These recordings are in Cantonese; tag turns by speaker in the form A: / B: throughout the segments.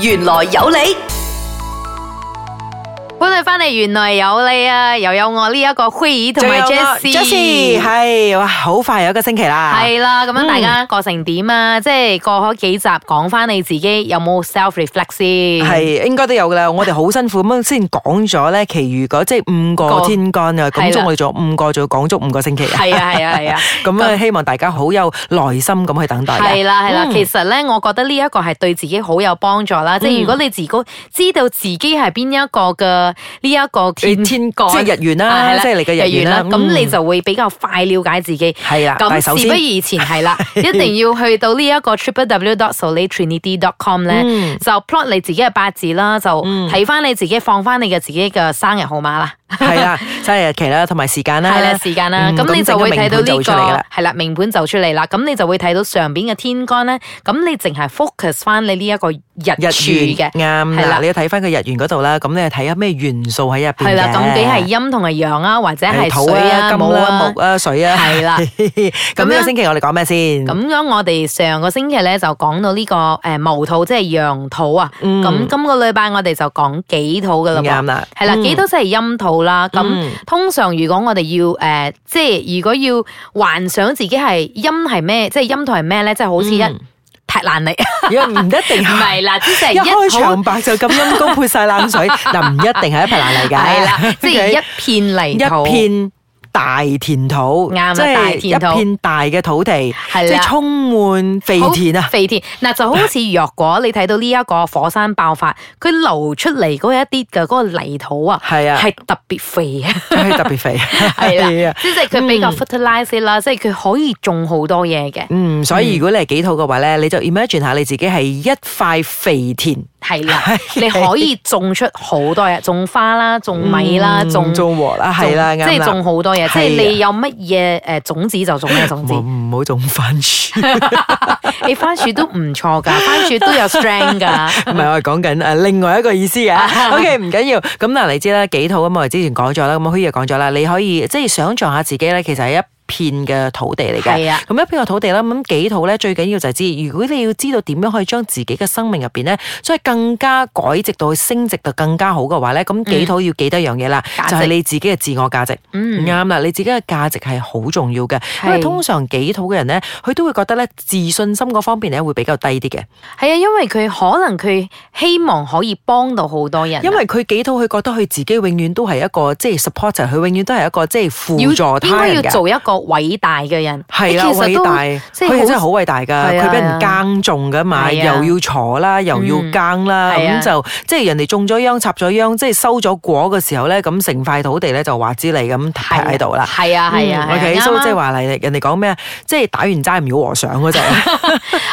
A: 原來有你。
B: 歡迎翻嚟，原來有你啊，又有我呢一個 Hui 同埋
C: Jessie
B: Jessie。
C: 係哇，好快有一個星期啦。
B: 係啦，咁樣
C: 嗯
B: 大家過成點啊？即係過咗幾集講翻你自己有冇 self reflect 先？
C: 係應該都有噶啦，我哋好辛苦咁樣先講咗咧，其餘嗰即係五個
B: 個
C: 天干啊，
B: 係
C: 咁
B: 啦
C: 足我哋做五個，仲要講足五個星期啊。
B: 係啊係啊 係啊！
C: 咁啊，希望大家好有耐心咁去等待嘅。
B: 係啦係啦，
C: 嗯
B: 其實咧，我覺得呢一個係對自己好有幫助啦。即係如果你自己知道自己係邊一個嘅呢一個天
C: 天
B: 干，
C: 即係日元啦
B: 啊係
C: 即係你嘅日元啦
B: 咁
C: 嗯
B: 你就會比較快了解自己。
C: 係啦，啊但係首
B: 咁事不
C: 先。
B: 宜前係 啦，一定要去到呢一個 triple w dot solitrinity dot com 咧，
C: 嗯
B: 就 plot 你自己嘅八字啦，就睇翻你自己，放翻你嘅自己嘅生日號碼啦，
C: 係啦，生日日期啦，同埋時間啦，
B: 係啦時間啦，
C: 啊嗯
B: 咁你就會睇到
C: 整個名盤就
B: 呢
C: 會出嚟㗎啦
B: 個係啦名盤就出嚟啦，咁你就會睇到上邊嘅天干咧，咁你淨係 focus 翻你呢一個日柱
C: 日
B: 嘅
C: 元。啱
B: 係啦
C: 啦，你要睇翻個日元嗰度啦，咁你係睇下咩元素喺入邊
B: 係啦，
C: 嘅
B: 咁幾係陰同埋陽啊，或者係
C: 土
B: 水
C: 啊、
B: 啊、
C: 金
B: 冇
C: 啦、木啊、水啊，
B: 係啦
C: 咁呢
B: 樣
C: 個星期我哋講咩先？
B: 咁樣我哋上個星期咧就講到呢、個誒、呃、戊土，即係陽土啊。
C: 嗯
B: 咁、今個禮拜我哋就講己土噶啦
C: 啱
B: 噃。
C: 啦，
B: 係啦，己土即係陰土啦。咁、
C: 嗯
B: 通常如果我哋要誒、呃即係如果要幻想自己係陰係咩，即係陰土係咩咧，即係好似一
C: 嗯
B: 劈爛你，
C: 又唔一定
B: 唔 係 啦，即係
C: 一開
B: 土
C: 場白就咁陰公潑晒冷水，嗱唔一定係一匹蘭嚟㗎。
B: 係啦，即係
C: OK，
B: 一片泥土，
C: 一片大田土，
B: 啱啦
C: 即
B: 大
C: 係
B: 田土
C: 一片大嘅土地，
B: 係
C: 即係
B: 啦。
C: 充滿肥田啊
B: 好！肥田嗱就好 似若果你睇到呢一個火山爆發，佢流出嚟嗰一啲嘅嗰個泥土啊，
C: 係啊，
B: 係特別肥嘅，
C: 係特別肥，
B: 係
C: 係
B: 啦
C: 啊，
B: 即係佢比較 fertilize 啦，即係佢可以種好多嘢嘅，
C: 嗯，所以如果你係幾土嘅話咧，你就 imagine 下你自己係一塊肥田，
B: 係啦，
C: 係
B: 你可以種出好多嘢，種花啦，種米啦，
C: 嗯
B: 種
C: 種禾啦，係啦，
B: 種
C: 啱
B: 即係
C: 啦
B: 種好多嘢，
C: 係啊
B: 即係你有乜嘢誒種子就種 咩種
C: 唔好
B: 子，
C: 唔好種 番薯，
B: 你番薯都唔錯㗎， 番薯都有 strength 㗎。
C: 唔係我係講緊誒另外一個意思 嘅。OK，唔緊要。咁嗱，你知啦，幾套咁我哋之前講咗啦，咁虛又講咗啦，你可以即係想象下自己咧，其實係一片嘅土地嚟嘅。
B: 係啊，
C: 咁一片嘅土地啦，咁幾套咧最緊要就係知，如果你要知道點樣可以將自己嘅生命入邊咧，所以更加改值到去升值到更加好嘅話咧，咁幾套要記得一樣嘢啦，
B: 嗯價值
C: 就係你自己嘅自我價值。
B: 嗯，
C: 啱啦，你自己嘅價值係好重要嘅，因
B: 係
C: 為通常幾土嘅人咧，佢都會覺得咧自信心嗰方面咧會比較低啲嘅，
B: 係啊，因為佢可能佢希望可以幫到好多人啊，
C: 因為佢幾土，佢覺得佢自己永遠都係一個即係 supporter，佢永遠都係一個即係輔助
B: 應
C: 他
B: 該
C: 人
B: 要
C: 嘅。
B: 做一個偉大嘅人，
C: 係啦，
B: 其實
C: 偉
B: 都
C: 大，
B: 即係
C: 佢
B: 好
C: 真係好偉大噶，
B: 係啊
C: 佢俾人耕種噶嘛，
B: 係
C: 又
B: 啊
C: 要坐啦，又要耕啦，
B: 嗯係啊
C: 咁就即係人哋種咗秧、插咗秧，即係收咗果嘅時候咧，咁成塊土地咧就話之你咁劈
B: 係啊
C: 喺度啦。
B: 係啊係啊
C: 嗯，OK，
B: 係啊
C: 所以
B: 啱
C: 即係
B: 啊
C: 話嚟，人哋講咩啊？即係打完齋唔要和尚嗰 陣。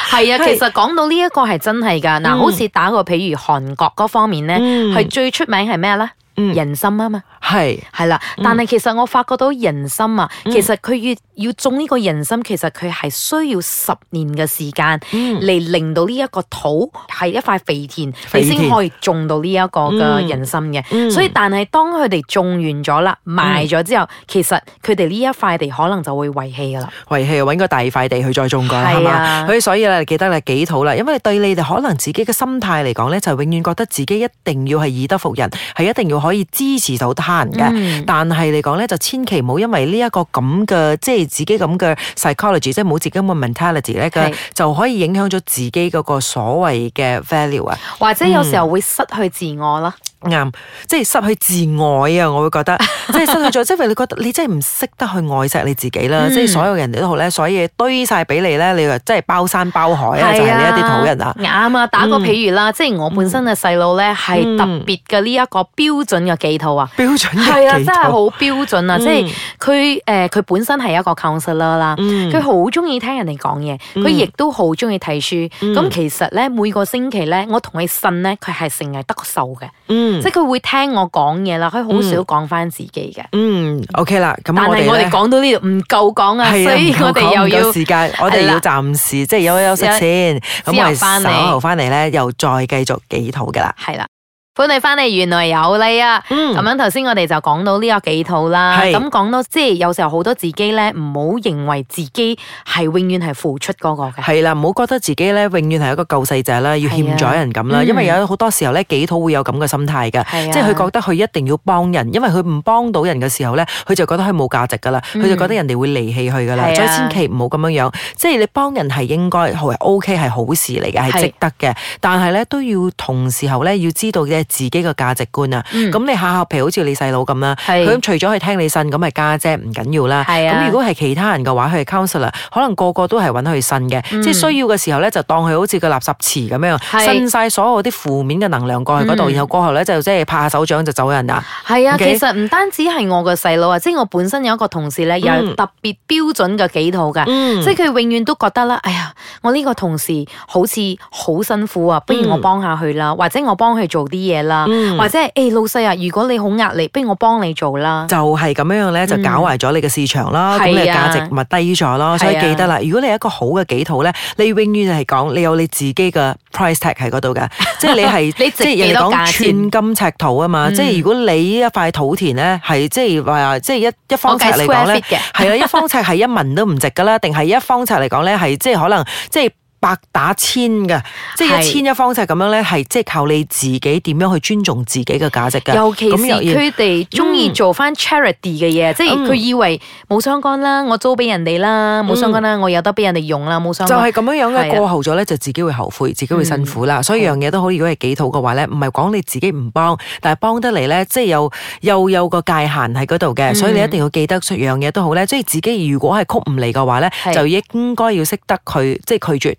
B: 係啊，
C: 係
B: 其實講到呢一個係真係㗎，嗱，
C: 嗯
B: 好似打個譬如韓國嗰方面咧，
C: 嗯
B: 係最出名係咩咧？
C: 嗯
B: 人參啊嘛，
C: 係
B: 係啦。但係其實我發覺到人參啊，
C: 嗯
B: 其實佢要要種呢個人參，其實佢係需要十年嘅時間
C: 嗯
B: 嚟令到呢一個土係一塊肥田，
C: 肥
B: 你
C: 田
B: 先可以種到呢一個嘅
C: 嗯
B: 人參嘅。
C: 嗯
B: 所以但係當佢哋種完咗啦，賣咗之後，
C: 嗯
B: 其實佢哋呢一塊地可能就會遺棄㗎啦。
C: 遺棄揾個第二塊地去再種過啦，係
B: 係
C: 嘛
B: 啊？
C: 所以所以咧，記得咧幾土啦，因為對你哋可能自己嘅心態嚟講咧，就永遠覺得自己一定要係以德服人，係一定要可以支持到他人嘅。
B: 嗯
C: 但係嚟講咧，就千祈唔好因為呢一個咁嘅，即係自己咁嘅 psychology，即係冇自己咁嘅 mentality 咧
B: 係
C: 嘅，就可以影響咗自己嗰個所謂嘅 value 啊。
B: 或者有時候會失去自我啦。
C: 啱，即係失去自愛啊！我會 覺得，即係失去咗，即係你覺得你真係唔識得去愛錫你自己啦。
B: 嗯
C: 即係所有人都好咧，所以堆晒俾你咧，你話真係包山包海啊，就係呢一啲土人啊。
B: 啱啊！打個譬如啦，即係我本身嘅細佬咧，係
C: 嗯
B: 特別嘅呢一個標準嘅寄套啊。
C: 標準嘅
B: 係啊，
C: 幾
B: 真係好標準啊！
C: 嗯
B: 即係佢誒，佢本身係一個 counselor 啦，
C: 嗯
B: 佢好中意聽人哋講嘢，佢亦都好中意睇書。
C: 嗯
B: 咁其實咧，每個星期咧，我同佢呻咧，佢係成日得個受嘅，
C: 嗯
B: 即係佢會聽我講嘢啦，佢好少講翻自己嘅。
C: 嗯，OK 啦，咁
B: 但
C: 我
B: 係
C: 哋
B: 我哋
C: 咧。
B: 講到呢度唔夠講啊，
C: 係
B: 所
C: 啊，
B: 以
C: 唔夠
B: 我哋
C: 講唔
B: 又
C: 夠
B: 要
C: 時間，我哋
B: 係
C: 要
B: 啦
C: 暫時即係休一休息先。
B: 之後
C: 咁我哋
B: 返嚟
C: 稍後翻嚟咧，又再繼續幾套噶啦。
B: 係啦。歡迎翻嚟，原來有你啊！
C: 嗯
B: 咁樣頭先我哋就講到呢個幾套啦，
C: 係
B: 咁講到即係有時候好多自己咧，唔好認為自己係永遠係付出嗰個嘅。
C: 係啦，唔好覺得自己咧永遠係一個救世者啦，要欠咗人咁啦，
B: 嗯
C: 因為有好多時候咧，幾土會有咁嘅心態㗎，
B: 係啊
C: 即係佢覺得佢一定要幫人，因為佢唔幫到人嘅時候咧，佢就覺得佢冇價值㗎啦，佢就覺得人哋會離棄佢㗎啦，
B: 嗯係啊
C: 所以千祈唔好咁樣樣，即係你幫人係應該係 OK 係好事嚟嘅，係
B: 係
C: 值得嘅，但係咧都要同時候咧要知道嘅自己嘅價值觀啊，
B: 嗯
C: 咁你下下譬如好似你細佬咁啦，
B: 係
C: 佢除咗去聽你呻咁係家姐唔緊要啦，
B: 係啊
C: 咁如果係其他人嘅話，佢係 counselor，可能個個都係揾佢呻嘅，即係需要嘅時候咧就當佢好似個垃圾池咁樣，
B: 嗯係
C: 呻晒所有啲負面嘅能量過去嗰度，
B: 嗯
C: 然後過後咧就即係拍下手掌就走人啦。
B: 係啊
C: OK
B: 其實唔單止係我個細佬啊，即係我本身有一個同事咧，又
C: 嗯
B: 有特別標準嘅幾套㗎。
C: 嗯
B: 即係佢永遠都覺得啦，哎呀，我呢個同事好似好辛苦啊，不如我幫下佢啦，或者我幫佢做啲嘢啦，
C: 嗯
B: 或者係誒、老細啊，如果你好壓力，不如我幫你做啦。
C: 就係咁樣樣咧，就搞壞咗你嘅市場啦，
B: 嗯係啊
C: 咁、
B: 啊
C: 你嘅價值咪低咗咯。所以記得啦，如果你係一個好嘅幾套咧，你永遠係講你有你自己嘅 price tag 喺嗰度 嘅，即係你係
B: 你值
C: 即係
B: 幾
C: 人哋
B: 多價
C: 講
B: 錢嗯
C: 寸金尺土啊嘛。即係如果你一塊土田咧係即係話即係一一方
B: 我
C: 尺
B: 計
C: 嚟講
B: square
C: 咧
B: feet 嘅，
C: 係啊啦，一方尺係一文都唔值噶啦，定係一方尺嚟講咧係即係可能即係。百打千嘅，即係
B: 係
C: 一千一方尺咁樣咧，係即係靠你自己點樣去尊重自己嘅價值㗎。
B: 尤其是
C: 咁又要嗯
B: 佢哋中意做翻 charity 嘅嘢，即係佢以為冇相干啦，我租俾人哋啦，冇相干啦，我有得俾人哋用啦，冇相
C: 嗯就
B: 干。
C: 係咁樣樣嘅，
B: 係啊嗯
C: 過後咗咧就自己會後悔，自己會辛苦啦。所以樣嘢都好，如果係幾套嘅話咧，唔係講你自己唔幫，但係幫得嚟咧，即係有又有個界限喺嗰度
B: 嗯
C: 嘅。所以你一定要記得，樣嘢都好咧，即係自己如果係曲唔嚟嘅話咧，
B: 係
C: 就應該要識得拒，即係拒絕。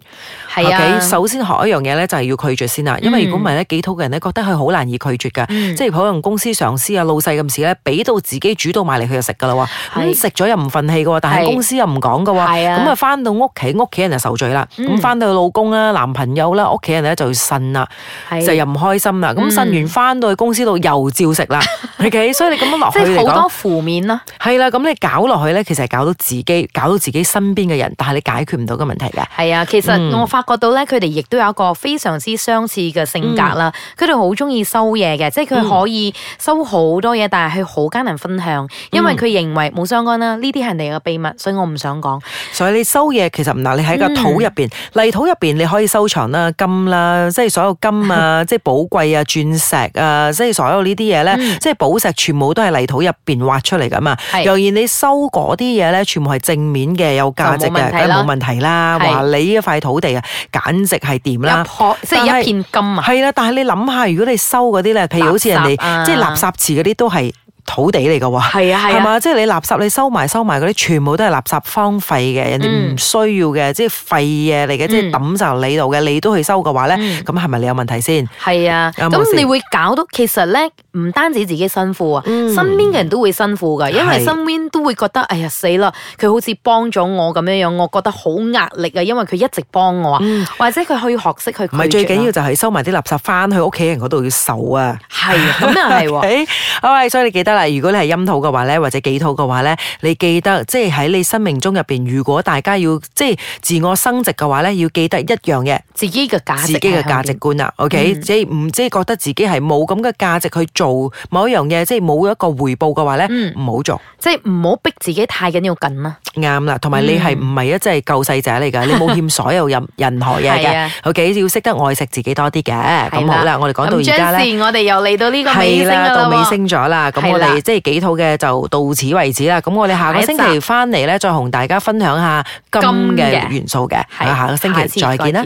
B: 係
C: OK，
B: 啊，
C: 首先學一樣嘢咧，就係要拒絕先啦。因
B: 嗯
C: 為如果唔係咧，幾套嘅人咧覺得佢好難以拒絕㗎。
B: 嗯
C: 即係可能公司上司啊、老細咁事咧，俾到自己煮到埋嚟，佢就食㗎啦喎。
B: 係
C: 咁食咗又唔忿氣㗎喎，但係
B: 係
C: 公司又唔講㗎喎。
B: 係啊
C: 咁啊翻到屋企，屋企人就受罪啦。咁
B: 嗯
C: 翻到去老公啦、男朋友啦、屋企人咧就要呻啦，
B: 係嗯
C: 就又唔開心啦。咁呻完翻到去公司度又 照食啦。OK，所以你咁樣落去
B: 即係
C: 嚟
B: 好
C: 講
B: 多，負面啦。
C: 係啦。咁你搞落去咧，其實係搞到自己，搞到自己身邊嘅人，但係你解決唔到嘅問題嘅。
B: 係啊，其
C: 嗯
B: 實我發覺到咧，佢哋亦都有一個非常之相似嘅性格啦。
C: 嗯
B: 佢哋好中意收嘢嘅，即係佢可以收好多嘢，但係佢好艱難分享，因
C: 嗯
B: 為佢認為冇相干啦，呢啲係人哋嘅秘密，所以我唔想講。
C: 所以你收嘢其實唔難，你喺個
B: 嗯
C: 土入邊、泥土入邊，你可以收藏啦 金啦，即係所有金啊，即係寶貴啊、鑽石啊，即係所有呢啲嘢咧，
B: 嗯
C: 即係寶石全部都係泥土入邊挖出嚟噶嘛。
B: 係
C: 若然你收嗰啲嘢咧，全部係正面嘅、有價值
B: 就冇問題啦
C: 嘅，梗係冇問題啦。
B: 係
C: 話你一塊土地啊，簡直係掂啦
B: 一。樖即
C: 但係
B: 係一片金啊！
C: 係啦，但係你諗下，如果你收嗰啲咧，譬如好似人
B: 垃圾啊
C: 哋即係垃圾池嗰啲，都係土地嚟噶喎。
B: 係啊係
C: 係
B: 啊，
C: 嘛？即係你垃圾你收埋收埋嗰啲，全部都係垃圾荒廢嘅，人哋唔
B: 嗯
C: 需要嘅，即係廢嘢嚟嘅，即係
B: 嗯
C: 抌就你度嘅，你都去收嘅話咧，
B: 嗯
C: 咁係咪你有問題先？
B: 係啊，
C: 啱冇
B: 咁
C: 事
B: 你會搞到其實咧，唔單止自己辛苦啊，
C: 嗯
B: 身邊嘅人都會辛苦噶，因為
C: 係
B: 身邊都會覺得，哎呀死啦，佢好似幫咗我咁樣樣，我覺得好壓力啊，因為佢一直幫我啊，或者佢去學識去拒
C: 嗯唔係最緊要
B: 絕啊
C: 就係收埋啲垃圾翻去屋企人嗰度要受啊！
B: 係 啊咁又係喎，
C: OK？好啊，所以你記得啦，如果你係陰土嘅話咧，或者忌土嘅話咧，你記得即係喺你生命中入邊，如果大家要即係自我升值嘅話咧，要記得一樣嘢。
B: 自己嘅價值，
C: 自己嘅價值，觀啦，OK，、即係唔即係覺得自己係冇咁嘅價值去做某一樣嘢，即係冇一個回報嘅話咧，
B: 嗯
C: 唔好、做，
B: 即係唔好逼自己太緊要緊啦，
C: 啱啦。同埋你係唔係一即係救世者嚟㗎？ 你冇欠所有任任何嘢
B: 係
C: 嘅
B: 啊
C: ，OK，要識得愛惜自己多啲嘅。咁
B: 係
C: 好啦，我哋講到而家
B: 咁
C: 咧。
B: Jessie，我哋又嚟到呢個尾
C: 係
B: 聲
C: 啦，
B: 㗎啦
C: 到尾
B: 喎，
C: 聲咗啦，咁我
B: 係啦
C: 哋即係幾套嘅就到此為止啦。咁我哋下個星
B: 下一
C: 期
B: 集
C: 翻嚟咧，再同大家分享下金
B: 金
C: 嘅
B: 嘅
C: 元素嘅。
B: 係
C: 啊下個星
B: 下
C: 期
B: 次
C: 再見啦。